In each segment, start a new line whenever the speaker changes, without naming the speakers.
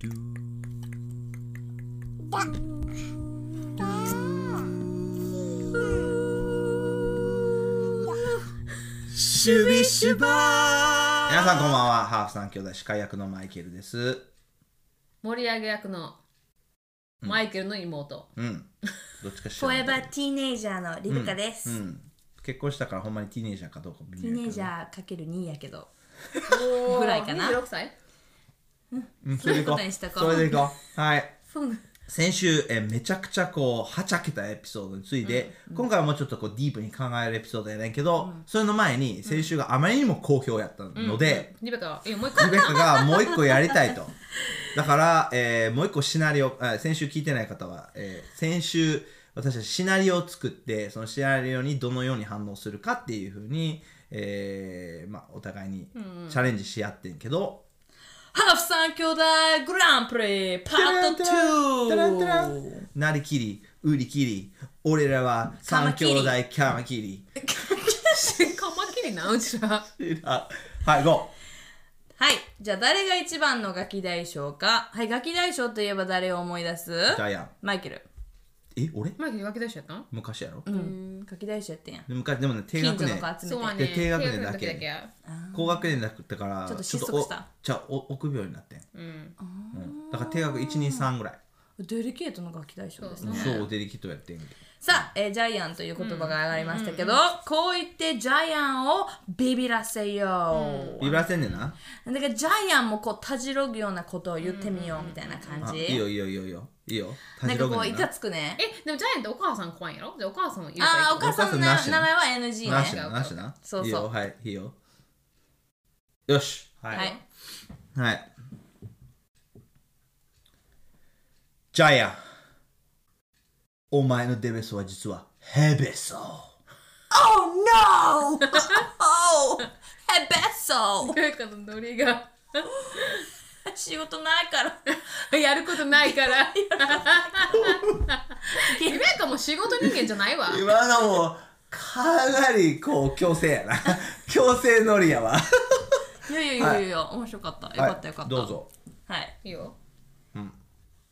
ドゥ
だだ
シュビシュバー皆さんこんばんはハーフ三兄弟司会役のマイケルです
盛り上げ役のマイケルの妹、
うんどっちか知
フ
ら
ォ
ない
エバーティーネイジャーのリブカです、
うん、結婚したからほんまにティーネイジャーかどうかも
ティーネイジ
ー
ャーかける2やけど
おー
ぐらいかな
26歳
うんそれでい
そういうこ
こ
とにしと
う
こう
それでいこうはい
そうなん
先週えめちゃくちゃこうはちゃけたエピソードについて、今回はもうちょっとこうディープに考えるエピソードやねんけど、それの前に先週があまりにも好評やったので、
リベカはいやもう一個
リベカがもう一個やりたいとだから、えーもう一個シナリオあ先週聞いてない方は、えー先週私たちシナリオを作ってそのシナリオにどのように反応するかっていうふうに、えーまあ、お互いにチャレンジし合ってんけど、
ハーフ三兄弟グランプリパート2
タランタランなりきり売りきり俺らは三兄弟キャマキリ
カマキリなうちら
あ はいゴ
はいじゃあ誰が一番のガキ大将かはいガキ大将といえば誰を思い出す
ージャイアン
マイケル
え俺
マイケル浮気出しやったん
昔やろ、
うんガキ大将やってんやん
で昔でもね低
近
学
所の
年
子集め
そう
て
やね
で低学年だけ
低学年
高学年だったから
ちょっと
ち
失
ょっと
速した
おじゃあお臆病になってん、
うん
うん、だから低学123ぐらい、
デリケートのガキ大将です
う
ね
ん
そうデリキットやってんけど
さあ、えージャイアンという言葉が上がりましたけど、こう言ってジャイアンをビビらせよう、
ビビらせんねんな
だからジャイアンもこうたじろぐようなことを言ってみようみたいな感
あ
じ、
いいよいいよいいよいいよいいよた
なん
じ
か
ろぐ
こう
ね
い
ん
か
な
つくね
えでもジャイアンってお母さん怖いんやろじゃあお母さんも言う
ああお
た
母さんの名
お母さんなし
名前は NG ね
なしななしな
そうそう
いいよはいいいよよしはい、
はい
はい。ジャイアン、お前のデベソは実はヘベソ。
Oh no! oh! ヘベッソ
いかのノリが
仕事ないから
やることない からリベ
い
カも仕事人間じゃないわ
今のもかなりこう強制やな。 強制ノリやわ。よ
やいやいやいや、面白かったよかったよかった、
どうぞ。
はい
いいよ
うん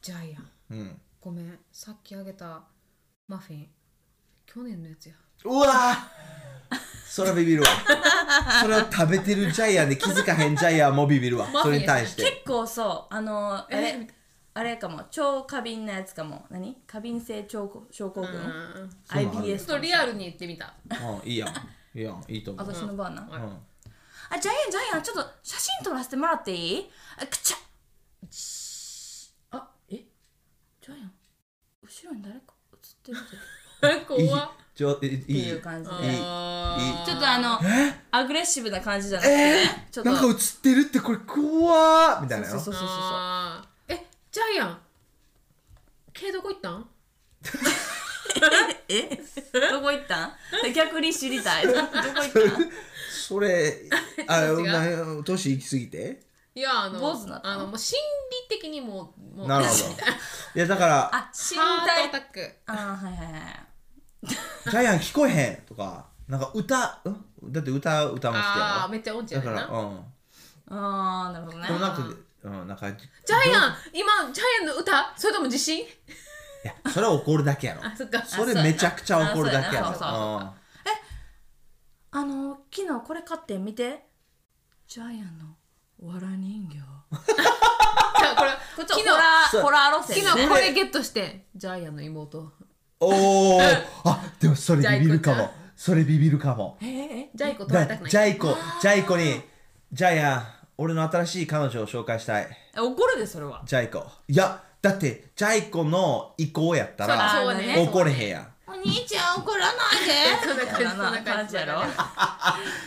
ジャイアン
うん。
ごめんさっきあげたマフィン去年のやつや
うわぁそれはビビるわ。それは食べてるジャイアンで気づかへんジャイアンもビビるわ。それに対し
結
て。
構そうあのあ
えみ
れあれかも超過敏なやつかも何過敏性超症候群
うん
そうなの
IBS
ちょっとリアルに言ってみた
うん、いいやん。いいやん。いいと思う。
私の番な、
う
あ
ん、
ジャイアンジャイアンちょっと写真撮らせてもらっていいあくちゃあえジャイアン後ろに誰か写ってるぜ
い い
怖っ
ちょいい
って
いい
いう感じで
いいい い
ちょっとあのアグレッシブな感じじゃなくて、
え
ち
ー
ょっと
なんか映ってるってこれ怖ーみたいなよ
そうそうそうそうそう
あーえジャイアン毛どこ行ったん
えどこ行ったん逆に知りた いどこ行った ん
それあれ
違う
なん年行き過ぎて
いやあの
坊主になった
あのもう心理的にもうもう
な るほどいやだから
あ身
ハートアタッ
体
ク
あーはいはいはい
「ジャイアン聞こえへん」とかなんか歌んだって歌歌も好き
ああー
や
めっちゃ音痴
ろ
や
だ
ね
か
んな
らうん
あーなるほどね
でもなんかうんなんかジ
ジャイ
ン
アン今ジャイアンの歌それとも自信
いやそれは怒るだけやろ
あそっか
それめちゃくちゃ怒るだけやろ
あそうやなそう
う
あ
ん
の昨日これ買って見てジャイアンのわら人形
じゃあこれ
これちょ
昨日
っとホラ
そう
ーホラー路
昨
線
日
ね
これゲットしてジャイアンの妹
おお あでもそれビビるか
ジャイ
も
コ
それビビるかも
ええ
ジャイコ取ら
だ
れたくない
ジャイコジャイコに「ジャイアン俺の新しい彼女を紹介したい」
え怒るでそれは
ジャイコいやだってジャイコの意向やった
あ
ら
そうだね
怒れへんやん
お兄ちゃん怒らない
そんな感じ
そんな感じやろ
そんな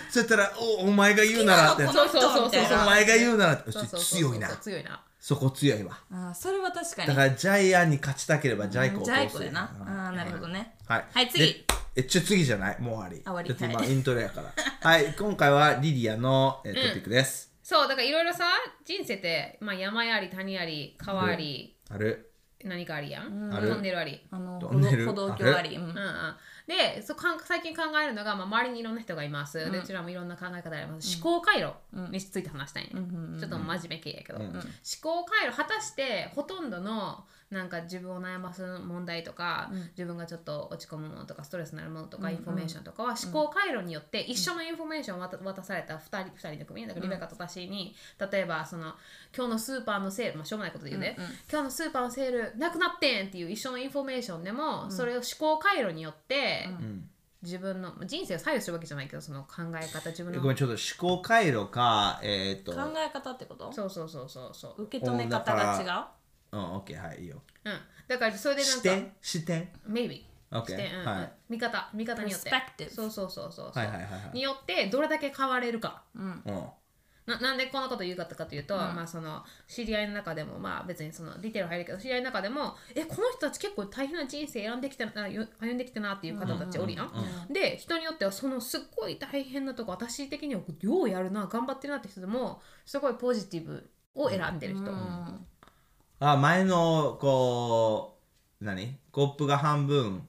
そしたらおお前が言うならって
昨日
お
の
そうそうそうそう
この
前が言うならって
そうそうそうそう
強いな
強いな
そこ強いわ
あーそれは確かに
だからジャイアンに勝ちたければジャイコを
ジ
通
ャイ
す
コやなあーなるほどね
はい、
はい次
でえちょ次じゃないもう終わり
あ終わり
だって今、
はい
イントロやから はい今回はリリアの、えートピックです、
そうだからいろいろさ人生って、まあ、山あり谷あり川あり、
ある
何かありやん、
ある
トンネルあり、
あの
トンネル
歩道歩道橋ありうん
うんうん、でそうかん最近考えるのが、まあ、周りにいろんな人がいます、
うん
でうちらもいろんな考え方あります、思考回路
うん
について話したいね、
うん
ちょっと真面目系やけど、
うん
思考回路果たしてほとんどのなんか自分を悩ます問題とか、
うん
自分がちょっと落ち込むものとかストレスになるものとか、
うん
インフォメーションとかは思考回路によって一緒のインフォメーションを渡渡された2人 ,2 人の組ねだからリベカと私に例えばその今日のスーパーのセール、まあ、しょうもないことで言うね、
うんうん
今日のスーパーのセールなくなってんっていう一緒のインフォメーションでも、それを思考回路によって、
うん
自分のまあ人生を左右するわけじゃないけどその考え方自分
え
の
ごめんちょっと思考回路かえっ、と
考え方ってこと
そうそうそうそうそう
受け止め方が違
うんだ
う
うんオッケーはいいいよ
うん、だからそれでなん
視
か
点視点
maybe
オッケ
視点、うん
ー
うん
はい
見方見方によって
Perspective
そうそうそうそう、
はいはいはいはい
によってどれだけ変われるか
うん
ななんでこんなこと言うかったかというと、まあその知り合いの中でもまあ別にそのディテール入るけど知り合いの中でもえこの人たち結構大変な人生選んできたなよ歩んできたなっていう方たちおるやん、で人によってはそのすっごい大変なとこ私的にはようやるな頑張ってるなって人でもすごいポジティブを選んでる人、
あ前のこう何コップが半分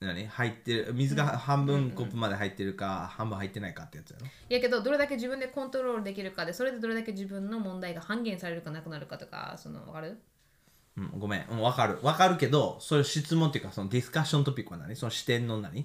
何入ってる水が半分コップまで入ってるか、半分入ってないかってやつやろ
やけどどれだけ自分でコントロールできるかでそれでどれだけ自分の問題が半減されるかなくなるかとかそのわかる
うん、ごめん、うん、分かる分かるけどそれ質問っていうかそのディスカッショントピックは何その視点の何違い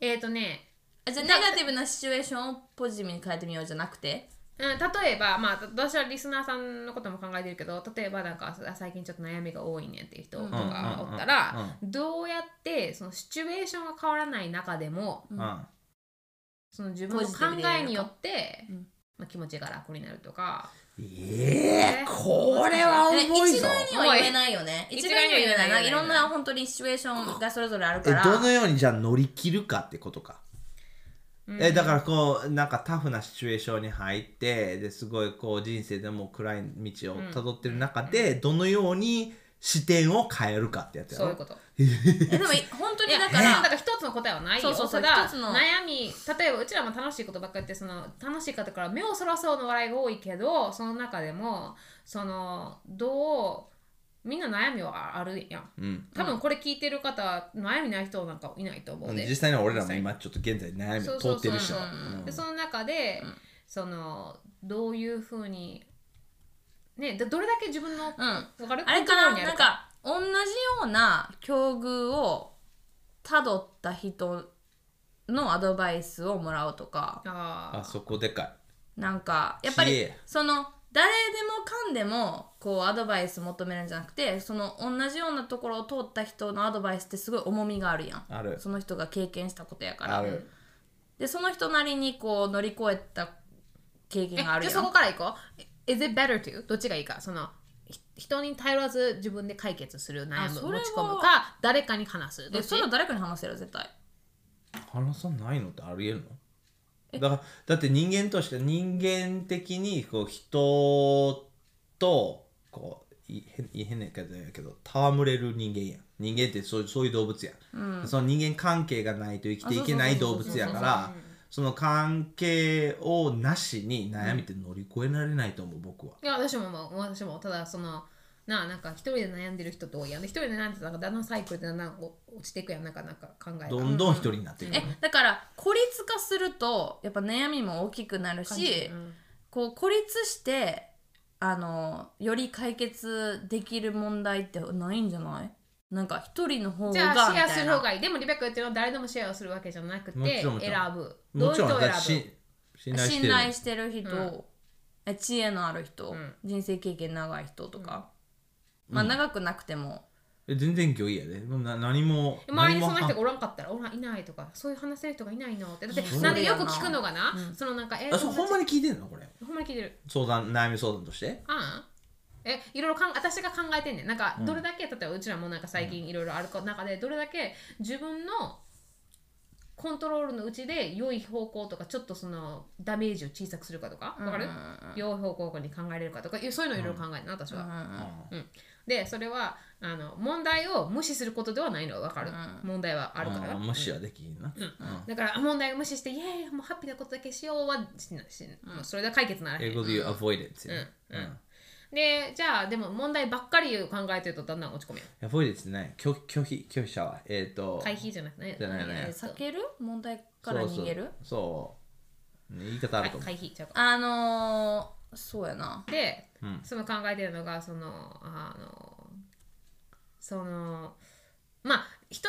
えっ、ー、とね、
あじゃあネガティブなシチュエーションをポジティブに変えてみようじゃなくて
うん、例えばまあ私はリスナーさんのことも考えてるけど例えばなんかあ最近ちょっと悩みが多いねんっていう人とかおった
うんうんうん
らどうやってそのシチュエーションが変わらない中でも
うん、あ
その自分の
ポジ
考
ティブでや
え
れるか
によって
ん、
まあ、気持ちが楽になるとか
ええ
ね
これは
え
重い
一
ぞ
概には言えないよね
重い
一概には言えないなんか
一概には言えない
いろんな本当にシチュエーションがそれぞれある
え
から
どのようにじゃあ乗り切るかってことか、えだからこうなんかタフなシチュエーションに入ってですごいこう人生でも暗い道をたどってる中で、どのように視点を変えるかってやつやろ
そういうこと。
えでも本当
い
に
や
だ
だ
か
からら一つの答えはないよ
そうそうそう
ただ
一つの
悩み例えばうちらも楽しいことばっかりやってその楽しいことから目をそらそうの笑いが多いけどその中でもそのどうみんな悩みはあるやん
うん
多分これ聞いてる方、悩みない人なんかいないと思う
うん
で、
実際に俺らも今ちょっと現在悩みを通ってるし
そう
な
そうそうでその中で、そのどういうふうにねどどれだけ自分の、
うん
わかる
あれ
コントロー
か
ルにあ
なな
る
んか同じような境遇をたどった人のアドバイスをもらうとか
あー
あそこでかい
なんかやっぱり
ひえ
その誰でもかんでもこうアドバイス求めるんじゃなくてその同じようなところを通った人のアドバイスってすごい重みがあるやん
ある
その人が経験したことやから
ある
でその人なりにこう乗り越えた経験があ
え
る
じゃあ
や
そこ
ん
からいこう Is it better to? どっちがいいかそのひ人に頼らず自分で解決する悩
あ
む
そ
持
れは
ち込むか誰かに話すど
で
っち
それは誰かに話せる絶対
話さないのってありえるのだからだって人間として人間的にこう人とこうい変い変な言い方やけど戯れる人間やん人間ってそうそういう動物や、ん、その人間関係がないと生きていけな
あ
い
そう
動
そうそうそう
物やからその関係をなしに悩みって乗り越えられないと思う僕はい
や私ももう私もただそのなあなんか一人で悩んでる人と多いやんで一人で悩んでたらなんかだんだんサイクルでだんだんこう落ちていくやんなんかなんか考えが
どんどん一人になっていく
えだから孤立化するとやっぱ悩みも大きくなるし、
うん
こう孤立してあのより解決できる問題ってないんじゃないなんか一人の方が
じゃあシェア
みた
す
い
る
な
方がいいでもリベック言ってるのは誰でもシェアをするわけじゃなく
も
て
ちろ
選
んもちろん
ぶどう
も
いう
ちろ
人
ん
を
だ
選
って
ぶ
し信頼して
信
る
頼してる人、
うん
え知恵のある人、
うん
人生経験長い人とか、まあ長くなくても、
え全然今日いいやでもうな何も
周りにその
何も
人がおらんかったらおらんいないとかそういう話せる人がいないのってだって
そう
なんでよく聞くのがな、そのなんかえ
あそうほんまに聞いてんのこれ
ほんまに聞いてる
相談悩み相談として
ああえいろいろかん私が考えてんねんなんかどれだけ、例えばうちらもなんか最近いろいろある中でどれだけ自分のコントロールのうちで良い方向とかちょっとそのダメージを小さくするかとかわかる、良い方向に考えれるかとかいうそういうのいろいろ考えてな私は、うんでそれはあの問題を無視することではないのわかる、問題はあるから
うん無視はできひんな、
だから問題を無視してイエーイもうハッピーなことだけしようはしなし、もうそれで解決ならへん
英語で言う avoidance
うん
ね、
うんでじゃあでも問題ばっかり考えてるとだんだん落ち込むよ
やばいですね拒拒否拒否者はえっ、と
回避じゃなくてね
じゃないね
えー
避
と
ける問題から逃げる
そうそうそう言い方あると思う、
回避ちゃうか
あのー、そうやな
で、
うん
その考えてるのがそのあのそのまあひと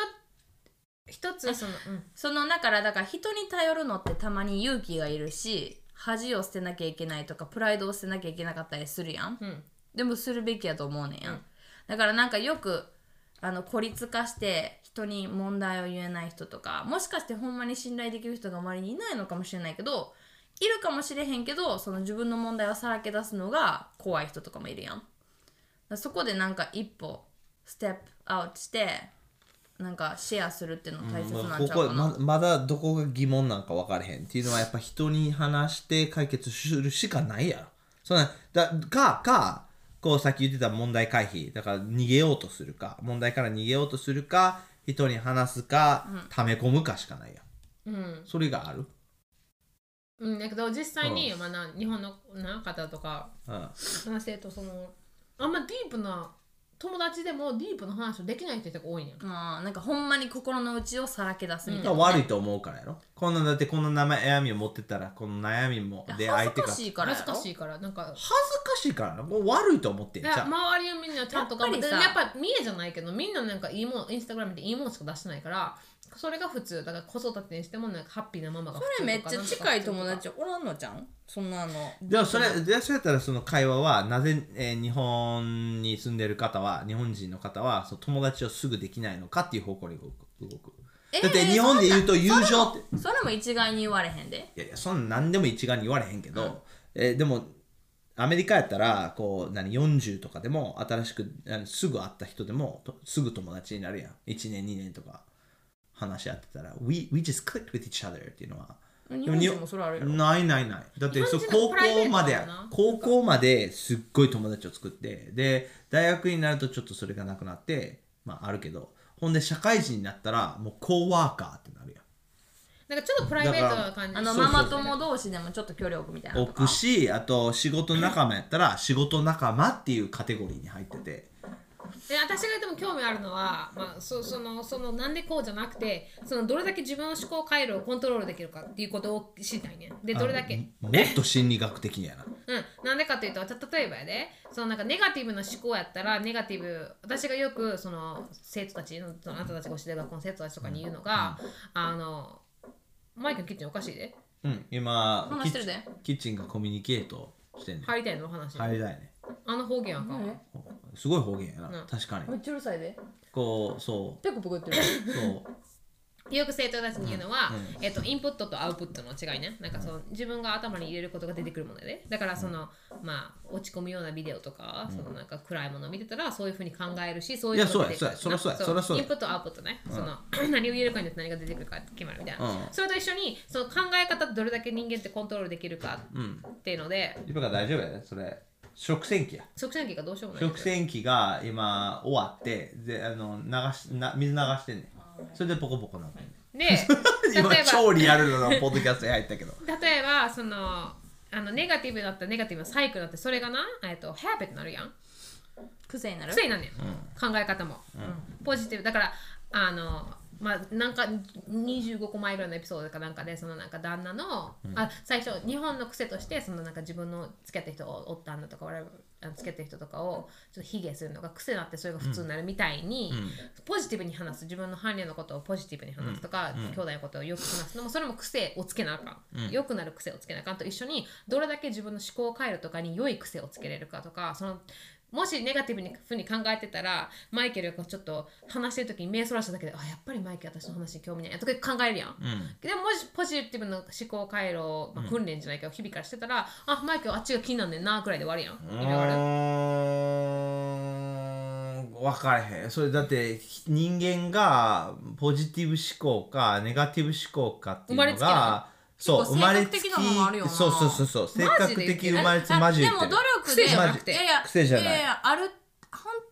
一つその、うん、
そのだからだから人に頼るのってたまに勇気がいるし恥を捨てなきゃいけないとかプライドを捨てなきゃいけなかったりするやん
うん、
でもするべきやと思うねんや、ん、だからなんかよくあの孤立化して人に問題を言えない人とかもしかしてほんまに信頼できる人が周りにいないのかもしれないけどいるかもしれへんけどその自分の問題をさらけ出すのが怖い人とかもいるやんだからそこでなんか一歩ステップアウトしてなんかシェアするっていうの大切
まあ
なん
こ
ちゃう
こ
かな、
ままだどこが疑問なんか分からへんっていうのはやっぱ人に話して解決するしかないやろそんなだかかこうさっき言ってた問題回避だから逃げようとするか問題から逃げようとするか人に話すか、溜め込むかしかないやん
うん
それがある、
うん、だけど実際に、まあ、な日本のな方とか
うん、
話してるとそのあんまディープな友達でもディープな話をできない人が多いねん
あーなんかほんまに心の内をさらけ出すみたいな、
が悪いと思うからやろこんなだってこんな悩みを持ってたらこの悩みも
い
で
や恥ず
相手が
かし
恥ず
い
か
から
恥ずかしいから
やろ
なんか
しいからなもう悪いと思ってん
い
じゃ
や
ん
周りのみんなちゃんと頑張ってや
やっ
っ
ぱりさ
ぱ見えじゃないけどみんななんかいいもんインスタグラムでいいもんしか出してないからそれが普通だから子育てにしてもなんかハッピーなママが普
そ
通
れめっ
とか
ちゃ
なんとか
近い
普通とか
友達おらんのじゃんそんなの
でもそれでそうやったらその会話はなぜ、えー日本に住んでる方は日本人の方はその友達をすぐできないのかっていう方向に動く動くだって日本で言うと友情って
それも一概に言われへんで
いやいやそんなん何でも一概に言われへんけど、えーでもアメリカやったらこう何40とかでも新しくあのすぐ会った人でもとすぐ友達になるやん1年2年とか話し合ってたら「We, we just click with each other」っていうのは
日本人もそれあるやろ
ないないないだってそ
日本
う
人の
高
プライベー
校
ト
まで
だよな
高校まですっごい友達を作ってで大学になるとちょっとそれがなくなってまああるけどほんで社会人になったらもうコーワーカーってなるやん
なんかちょっとプライベートな感じ
あの
そう
マ
そう
マ友同士でもちょっと距離を置くみたいなと
置
か
くしあと仕事仲間やったら仕事仲間っていうカテゴリーに入ってて
で私がでも興味あるのは、まあ、そそのそのなんでこうじゃなくてそのどれだけ自分の思考回路をコントロールできるかっていうことを知りたいねんでどれだけ
あのもっと心理学的やな
うん、なんでかというとた例えばやでそのなんかネガティブな思考やったらネガティブ私がよくその生徒たちのそのあなたたちが教えてる学校の生徒たちとかに言うのが、あのマイクのキッチンおかしいで
うん今
話してるで
キッチンキッチンがコミュニケートしてんねん
入りたいの話、
入りたいね
あの方言はあかんわ
え
すごい方言や
う
なん確か
め
に
っちゃうるさいで
こうそ
ペコペコ言ってる
うそう
よく生徒たちに言うのは、えっと、インプットとアウトプットの違いねなんかそう自分が頭に入れることが出てくるものやでだからその、まあ落ち込むようなビデオとか,、そのなんか暗いものを見てたらそういうふうに考えるしそういう
いやそうや
出てくる
そうやそらそうや
な
そらそうや
インプットアウトプットね、その 何を入れるかによって何が出てくるか決まるみたいな、
うん
それと一緒にその考え方どれだけ人間ってコントロールできるかっていうので、
今から大丈夫やねそれ食洗機や
食洗機がどうしようもない
食洗機が今終わってであの流しな水流してんねんそれでポコポコなってんね
で
ん
例えば
今超リアルなポッドキャストに入ったけど
例えばそのあのネガティブだったらネガティブのサイクルだってそれがな、えっと、ハーベットになるやん
癖になる
癖になんねん、考え方も、ポジティブだからあのまあなんか25個前ぐらいのエピソードかなんかでそのなんか旦那の、あ最初日本の癖としてそのなんか自分のつけた人をおったんだとか whatever あのつけた人とかをちょっと卑下するのが癖になってそれが普通になるみたいに、ポジティブに話す自分の伴侶のことをポジティブに話すとか、兄弟のことをよく話すのもそれも癖をつけなあかん、良くなる癖をつけなあかんと一緒にどれだけ自分の思考回路とかに良い癖をつけれるかとかそのもしネガティブにふうに考えてたらマイケルがちょっと話してる時に目そらしただけであやっぱりマイケル私の話に興味ないとか考えるやん、でももしポジティブな思考回路を、まあ、訓練じゃないけど日々からしてたら、あマイケルあっちが気になんねんなくらいで終わるやん、
う
意味わかる
ーん分かれへんそれだって人間がポジティブ思考かネガティブ思考かっていうの
生まれつきな
がそう
結構
生まれつき
性格的なのもあるよな
そうそうそうそう性
マ
格
ジで言って
的
る
生まれつきマジで
で
言っ
も
て
努
る
力で
癖じゃなく
て
いやいや
癖じゃない
ややある本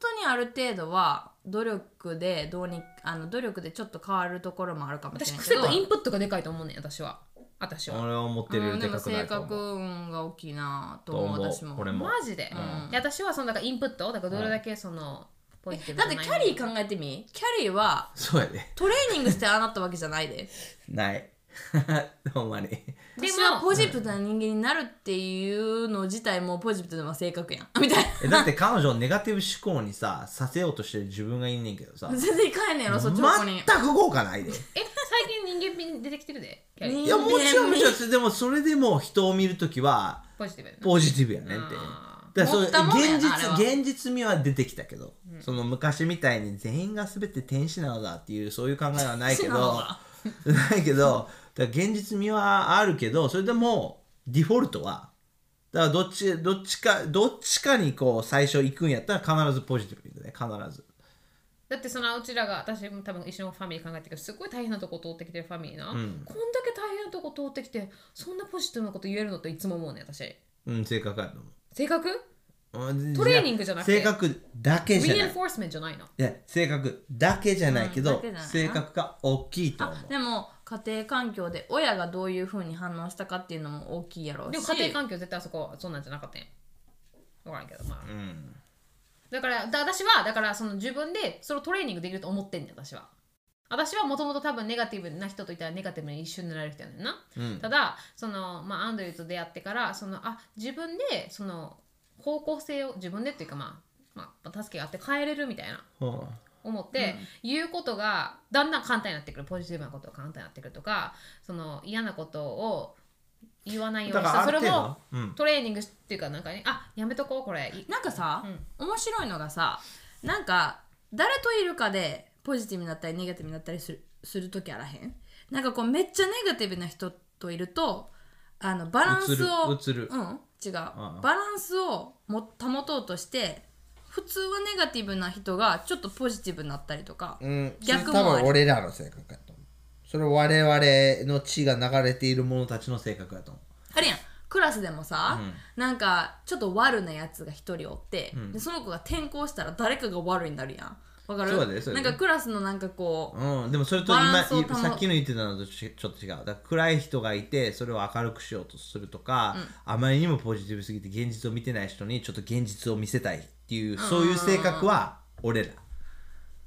当にある程度は努力でどうにあの努力でちょっと変わるところもあるかもしれ
私
ないけ
癖
ど
とインプットがでかいと思うねん私は私は
俺は思ってるよ
うん、
り
で
で
も
かくな
性
ると思
格
う
運が大きいなと
と
思
思
う
う
私も
俺も
マジで、
うん
で私はそのだからインプットだからどれだけその、ポジティブ
だってキャリー
か
考えてみキャリーは
そうやで
トレーニングしてああなったわけじゃないで
ない ほんまに
で
私は
も
ポジティブな人間になるっていうの自体もポジティブな性格やんみたい
えだって 彼女をネガティブ思考にささせようとしてる自分がいんねんけどさ
な全然いかへんねやろそっちの方に
全く豪華ないで
え最近人間味出てきてるでキャリー
ね
いやもちろんもちろんでもそれでも人を見るときは
ポジティブやな
ポジティブやねんって
あ
だからそれ
持ったもんやな
現
あれは
実現実味は出てきたけど、その昔みたいに全員が全て天使なのだっていうそういう考えはないけ
天使なの
ど
だ
ないけどだから現実味はあるけどそれでもデフォルトはだからどっちどっちかどっちかにこう最初行くんやったら必ずポジティブだね必ず
だってそのうちらが私も多分一緒のファミリー考えてるけどすごい大変なとこ通ってきてるファミリーな、こんだけ大変なとこ通ってきてそんなポジティブなこと言えるのっていつも思うね私
うん正確だと思う
性格
うん
トレーニングじゃなくて
性格だけじゃない
reinforcement じゃないの
いや性格だけじゃないけ
うん
ど
だ、けじゃないな
性格が大きいと思う
あでも家庭環境で親がどういうふうに反応したかっていうのも大きいやろうし
でも家庭環境絶対あそこそんなんじゃなかったんや分からんけどまあ、
ん
だからだ私はだからその自分でそれをトレーニングできると思ってんねん私は私はもともと多分ネガティブな人といたらネガティブに一瞬になれる人やねんな、ただその、まあ、アンドリューと出会ってからそのあ自分でその方向性を自分でっていうかまあ、まあ、助けがあって変えれるみたいな
ほう
思って、言うことがだんだん簡単になってくるポジティブなことが簡単になってくるとかその嫌なことを言わないようにし
だから
た
あ
そ
る
れ
程度
も
うん
トレーニングしっていうかなんかねあやめとこうこれい
なんかさ、面白いのがさなんか誰といるかでポジティブになったりネガティブになったりするする時あらへんなんかこうめっちゃネガティブな人といるとあのバランスを
映る映る
うん違う
あ
バランスをも保とうとして普通はネガティブな人がちょっとポジティブになったりとか、
うん、
逆
逆
も
多
あ
分
る
俺らの性格やと思うそれ我々の血が流れている者たちの性格やと思
あれやんクラスでもさ、なんかちょっと悪なやつが一人おって、でその子が転校したら誰かが悪いになるやんわかる
そうだよそうだ
な
よ
んかクラスのなんかこう、
う、うん、でもそれと
バランスを保
今さっきの言ってたのとちちょっと違うだから暗い人がいてそれを明るくしようとするとか、あまりにもポジティブすぎて現実を見てない人にちょっと現実を見せたいっていうそういう性格は俺ら
い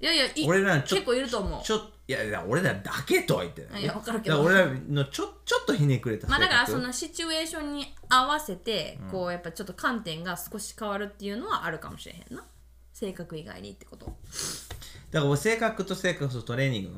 やいや、い
俺らちょ
結構いると思う。
ちょいやいや俺らだけとは言ってない,、
いやわかるけど
だから俺らのちょちょっとひねくれた性
まあ
格
だからそのシチュエーションに合わせて、こうやっぱちょっと観点が少し変わるっていうのはあるかもしれへんな。性格以外にってこと。
だから性格と性格とトレーニング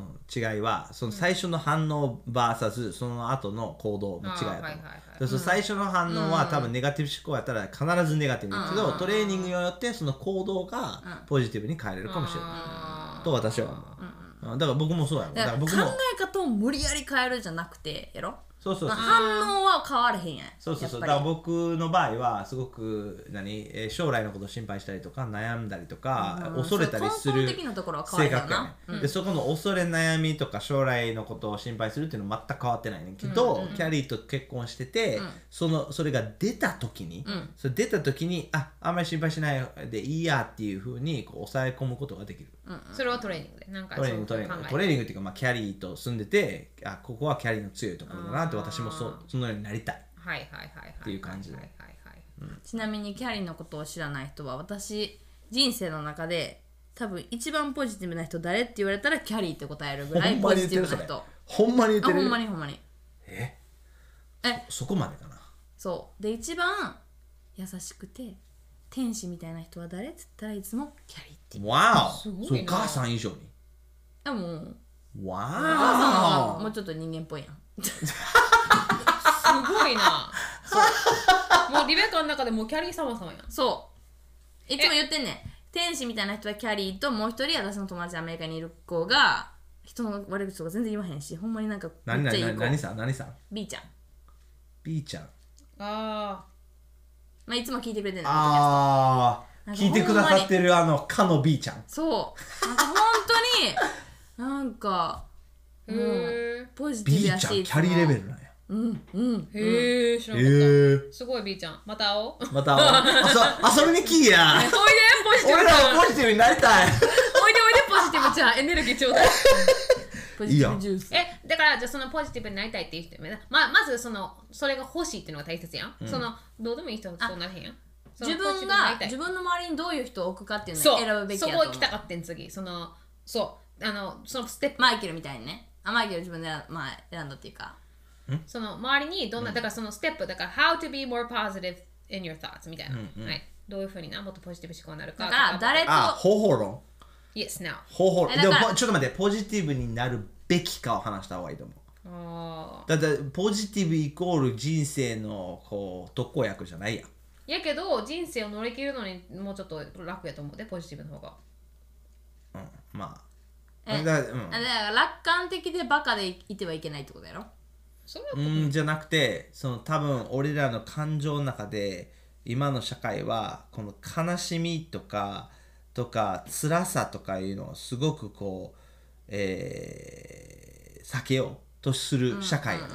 の違いはその最初の反応 VS その後の行動の違いだと思う、
あーはいはいはい
だからその最初の反応は多分ネガティブ思考やったら必ずネガティブだけど、トレーニングによってその行動がポジティブに変えれるかもしれない、と私は思う、うんだから僕もそうやもんだ
だ
か
からら考
僕も
え方を無理やり変えるじゃなくて、やろ
そうそうそう
反応は変われへんやん。
そうそうそうだ
やっ
から
ぱり
僕の場合はすごく何、えー将来のことを心配したりとか悩んだりとか、
うん
恐れたりす
そ
る
う根本的なところは変わるよな
性格やねでそこの恐れ悩みとか将来のことを心配するっていうのは全く変わってないねんけど、キャリーと結婚してて、そのそれが出た時に、それ出た時にああんまり心配しないでいいやっていうふうにこう抑え込むことができる。
それはトレーニングでなんか
トレーニング
そ
ト
う
レ
いう考
ーニング
え
トレーニングっていうか、まあ、キャリーと住んでてあここはキャリーの強いところだなって私もそうそのようになりたい
はいはいはいはい
ていう感じで
はいはいはい
ちなみにキャリーのことを知らない人は、私、人生の中で、多分一番ポジティブな人誰って言われたらキャリーって答えるぐらいポジティブな人。あ、
ほんまに言って
ほ
る
んまにほんまに。
え
え
そこまでかな
そうで一番優しくて天使みたいな人は誰っつったらいつもキャリーっていう
わお
すごいな
そうお母さん以上に
あもうお母さんは
わ
もうちょっと人間っぽいやん
すごいな そうもうリベカの中でもうキャリー様様やん
そういつも言ってんねん天使みたいな人はキャリーともう一人私の友達アメリカにいる子が人の悪口とか全然言わへんしほんまになんか
お
め
何
っちゃいい
何
子
何さん何さん
B ちゃん、
B ちゃん
あ
まあ、いつも聞いてくれてんねん
ああ
なんか
聞いてくださってるあのかの B ちゃん
そうなんか本当になんか
あへえ
ポジティ
B
ブ
ちゃ
や
ん
し
キャリーレベルなんや
うんうん
へえ知らなかった、
へえ
すごい B ちゃんまた会 おうおいで
また あそ遊びに来いや
ポジティ
俺
ブちゃん
らポジティブに なりたい
おいでおいでポジティブちゃんエネルギーちょうだい
ポ
い
ジ
い
テ
や
ィブ
ん
ジュース
えだかからじゃあそのポジティブになりたいっていう人まあまずそのそれが欲しいっていうのが大切やん、そのどうでもいい人そうならへんやんその
自
ポジティブに
分
なり
が
たい
自分の周りにどういう人を置くかっていうの
そ
を
う
選ぶべき
そ
やと
こ
思う
行きたかってん次そのそうあのそのステップ
マイケルみたいにねあマイケル自分で選,、まあ、選んだっていうか
その周りにどんな、だからそのステップだから How to be more positive in your thoughts みたいな、はい、どういうふうになもっとポジティブ思考になるか
だから誰と
あ方法論
Yes now
方法論
えだ
で
か
も
ら
ぽちょっと待ってポジティブになるべきかを話した方がいいと思う
あ
だってポジティブイコール人生のこう特効薬じゃないやん
ーやけど人生を乗り切るのにもうちょっと楽やと思うでポジティブの方が
うんまあ
え
だうん
あだから楽観的でバカでいいてはいけないってことやろ
それは
うんじゃなくてその多分俺らの感情の中で今の社会はこの悲しみとかとか辛さとかいうのをすごくこう、えー避けようとする社会や、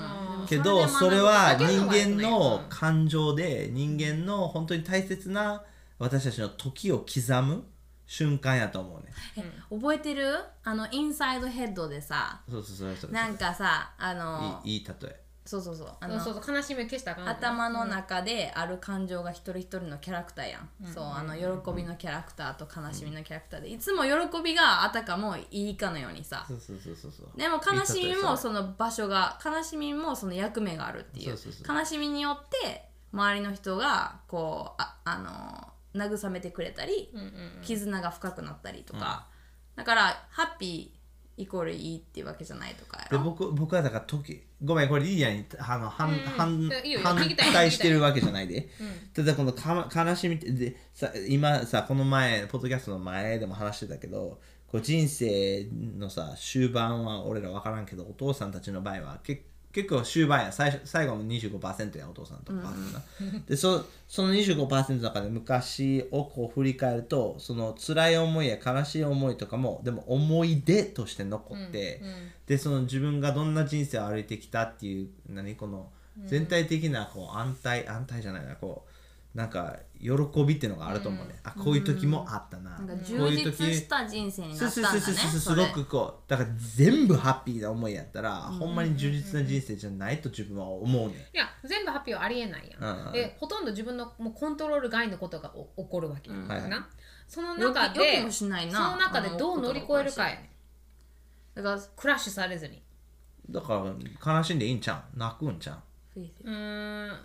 けどそれは
避けるのが良く
人間
ない
の
うん
感情で人間の本当に大切な私たちの時を刻む瞬間やと思うね。
覚えてるあのインサイドヘッドでさ
そうそうそうそう
なんかさあの
いいいい例え。
そうそうそうあ
そう
の
そうそう悲しみを消したらあかんの
頭の中である感情が一人一人のキャラクターやん、そうあの喜びのキャラクターと悲しみのキャラクターでいつも喜びがあたかもいいかのようにさ
そうそうそうそうそう。
でも悲しみも
そ
そ
う
の場所が悲しみもその役目があるっていう
そうそうそう
悲しみによって周りの人がこうああの慰めてくれたり、
うんうん
絆が深くなったりとか、だからハッピーイコールいいっていうわけじゃないとかや
で
ろ
僕僕はだから時ごめんこれリディアにあの反反
いいよいいよ
反
聞きたい
対してるわけじゃないで、ただこのかま悲しみってでさ今さこの前ポッドキャストの前でも話してたけどこう人生のさ終盤は俺ら分からんけどお父さんたちの場合はけ結構終盤や最初最後の25%やお父さんとか、でそその25%の中で昔をこう振り返るとその辛い思いや悲しい思いとかもでも思い出として残って、でその自分がどんな人生を歩いてきたっていう何この全体的なこう安泰安泰じゃないなこうなんか喜びっていうのがあると思うね、あこういう時もあったな,、
なんか
こう
充
いう
実
時
した人生に
そ
な
う
ったん
そ
だ
うそう
ね
そうそう
そ
す
れ
ごくこうだから全部ハッピーな思いやったら、ほんまに充実な人生じゃないと自分は思うね、
いや全部ハッピーはありえないやん、
うんうん
でほとんど自分のもうコントロール外のことがお起こるわけやんな、
はいはい
その
よ
中
く
で
よくもしないな
その中でどう乗り越えるかやね
だから
クラッシュされずに
だから悲しんでいいんちゃう泣くんちゃう
うーん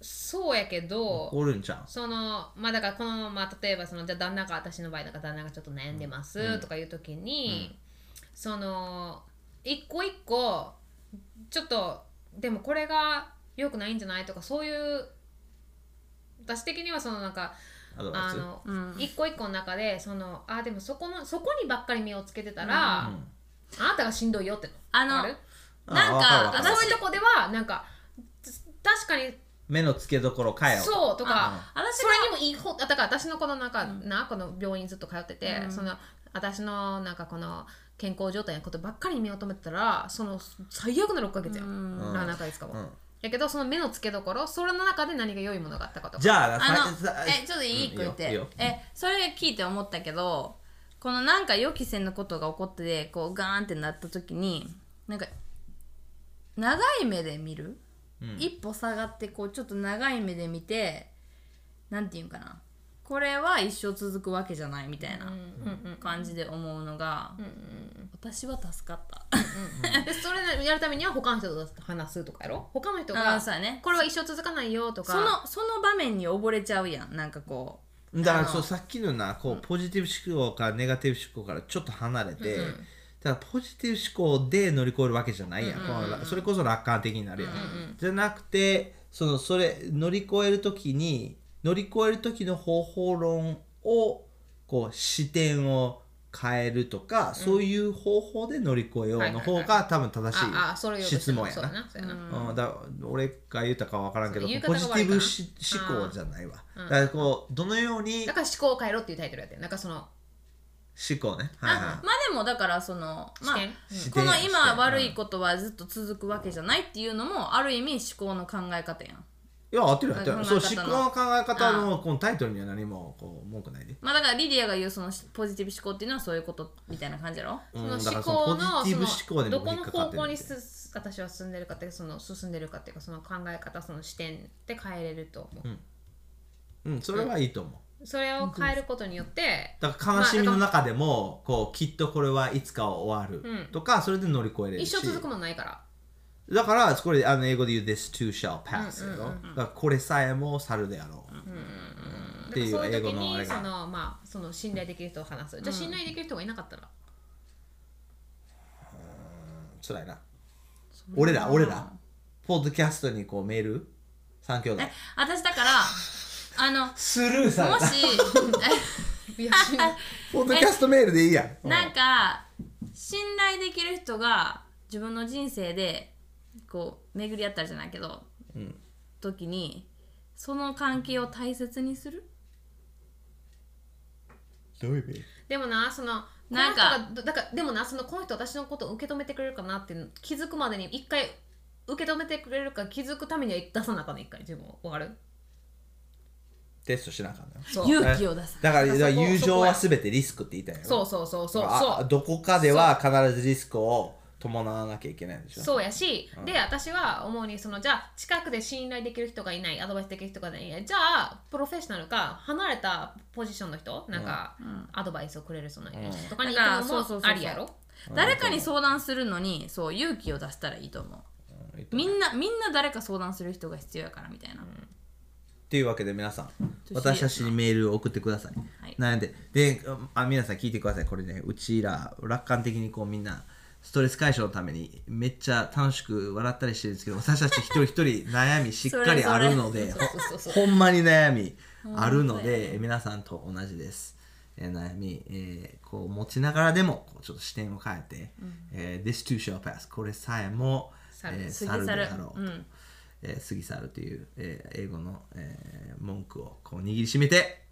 そうやけど、
怒るんちゃう
そのまあだからこのまあ例えばそのじゃあ旦那が私の場合なんか旦那がちょっと悩んでますとかいう時に、その一個一個ちょっとでもこれが良くないんじゃないとかそういう私的にはそのなんか
アドバイ
あ
ス
の、
うん
一個一個の中でそのあでもそこのそこにばっかり目をつけてたら、
うん
あなたがしんどいよっての
あの
る
あ
なんか
わるわ
あ
る
そういうとこではなんかつ確かに
目の付けどころ変えよ
そうとか
あ私が
それにもいい方だから私のこのなんか、なこの病院ずっと通ってて、その私のなんかこの健康状態のことばっかりに目を留めてたらその最悪の6ヶ月や、
ん
な中ですかも、
うん
やけどその目の付けどころそれの中で何が良いものがあったかとか
じゃあさ
あの
さ
えちょっといい
うん
一個言って、
いいよいいよ
えそれ聞いて思ったけどこのなんか予期せぬことが起こっててこうガーンってなった時になんか長い目で見る、一歩下がってこうちょっと長い目で見てなんていうんかなこれは一生続くわけじゃないみたいな感じで思うのが、私は助かった。
でそれやるためには他の人と話すとかやろ他の人
あ
が
ーそうやね
これは一生続かないよとか
そのその場面に溺れちゃうやんなんかこう
だからそうさっきのなこうポジティブ思考からネガティブ思考からちょっと離れて、だからポジティブ思考で乗り越えるわけじゃないやん、このそれこそ楽観的になるやん、じゃなくてそのそれ乗り越える時に乗り越える時の方法論をこう視点を変えるとか、そういう方法で乗り越えようの方
はいはい
が多分正し
ああそれを
い
言うとして
質
も
問や
そう
な
だ。なそうやな、
うん、だ俺が言ったか分からんけ
そ
ど
う言い方
ポ
が悪
ジ
い
テ
か
ィブし思考じゃないわ、だからこうどのように
だから思考を変えろっていうタイトルやってなんかその
思考ねはい
あ
は
まあでもだからその、まあ
視点、
視
こ
点
の
視点
今悪いことはずっと続くわけじゃないっていうのもある意味思考の考え方やん
いや合ってるよ合ってるよ
あ
そう
考え
思
方
考
の
の考え方のこのタイトルには何もこう文句ないで、
まあだからリディアが言うそのポジティブ思考っていうのはそういうことみたいな感じやろ
うん、
そ
だか
の思考
らそのポジ
の
ティブ
そ
思考
の
で
どこ
僕引
の
っかか
方
って
向
る
にす私は進んでるかっていうかその進んでるかっていうかその考え方その視点で変えれると思う、
うんそれはいいと思う
それを変えることによって
だから悲しみの中でもこうきっとこれはいつかは終わ
う
る
ん
とかそれで乗り越えれる
一
し
生続くもんないから
だからこれあの英語で言う「This too shall pass」やろだからこれさえも去るであろうっていう
そうい
英
う
語
時
のあれ
にそ
が
のまあその信頼できる人を話すじゃあ信頼できる人がいなかった ら、
辛いな俺ら俺らポッドキャストにこうメール三兄弟
私だからあの
スルーされ
も
た
し
いや信頼
ポッドキャストメールでいいやん
なんか信頼できる人が自分の人生でこう巡り合ったりじゃないけど、時にその関係を大切にする
どういう意味
でもなその
なんか
この人がだからでもなそのこの人私のことを受け止めてくれるかなっていうの気づくまでに一回受け止めてくれるか気づくためには出さなあかんね一回自分をわかる
テストしなあかんのよ
そう
勇気を出す
だからだから
そこそ
友情
こや
は全てリスクって言いたいんやろ
そうそうそうそう
あ
そう
どこかでは必ずリスクを伴わなきゃいけないでしょ
そうやし、で私は思うにそのじゃあ近くで信頼できる人がいないアドバイスできる人がいないじゃあプロフェッショナルか離れたポジションの人なんか、アドバイスをくれるその人とかに行く
だからそうそ
の
うそう
も
そう
ありやろ
誰かに相談するのにそう勇気を出したらいいと思うみんなみんな誰か相談する人が必要やからみたいな、
というわけで皆さん
と
私たちにメールを送ってください、
い
なんでであ皆さん聞いてくださいこれねうちら楽観的にこうみんなストレス解消のためにめっちゃ楽しく笑ったりしてるんですけど私たち一人一人悩みしっかりあるの で
そ
れそれそうそうそう
ほんまに悩みあるので皆さんと同じですえー悩み、えーこう持ちながらでもこうちょっと視点を変えて「えー This too shall pass」これさえも
去る
えー
過ぎ
去るで
去る
あろう
う
と
ん
えー過ぎ去るという、えー英語の、えー文句をこう握りしめて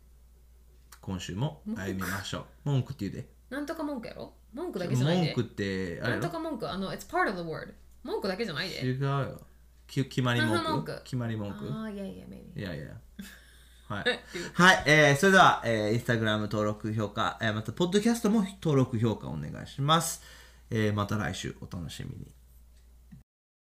今週も歩みましょう文句って言う
なんとか文句やろ文句だ
で
けじゃない
文
で
句ってあ
な
れや
ん
ろ
とか文句あの it's part of the word 文句だけじゃないで
違うよき決まり文
何の
句
文句
決まり文句
ああいやいや maybe
いやいやはい、はいえーそれでは、えー、インスタグラム登録評価、えーまたポッドキャストも登録評価お願いします、えーまた来週お楽しみに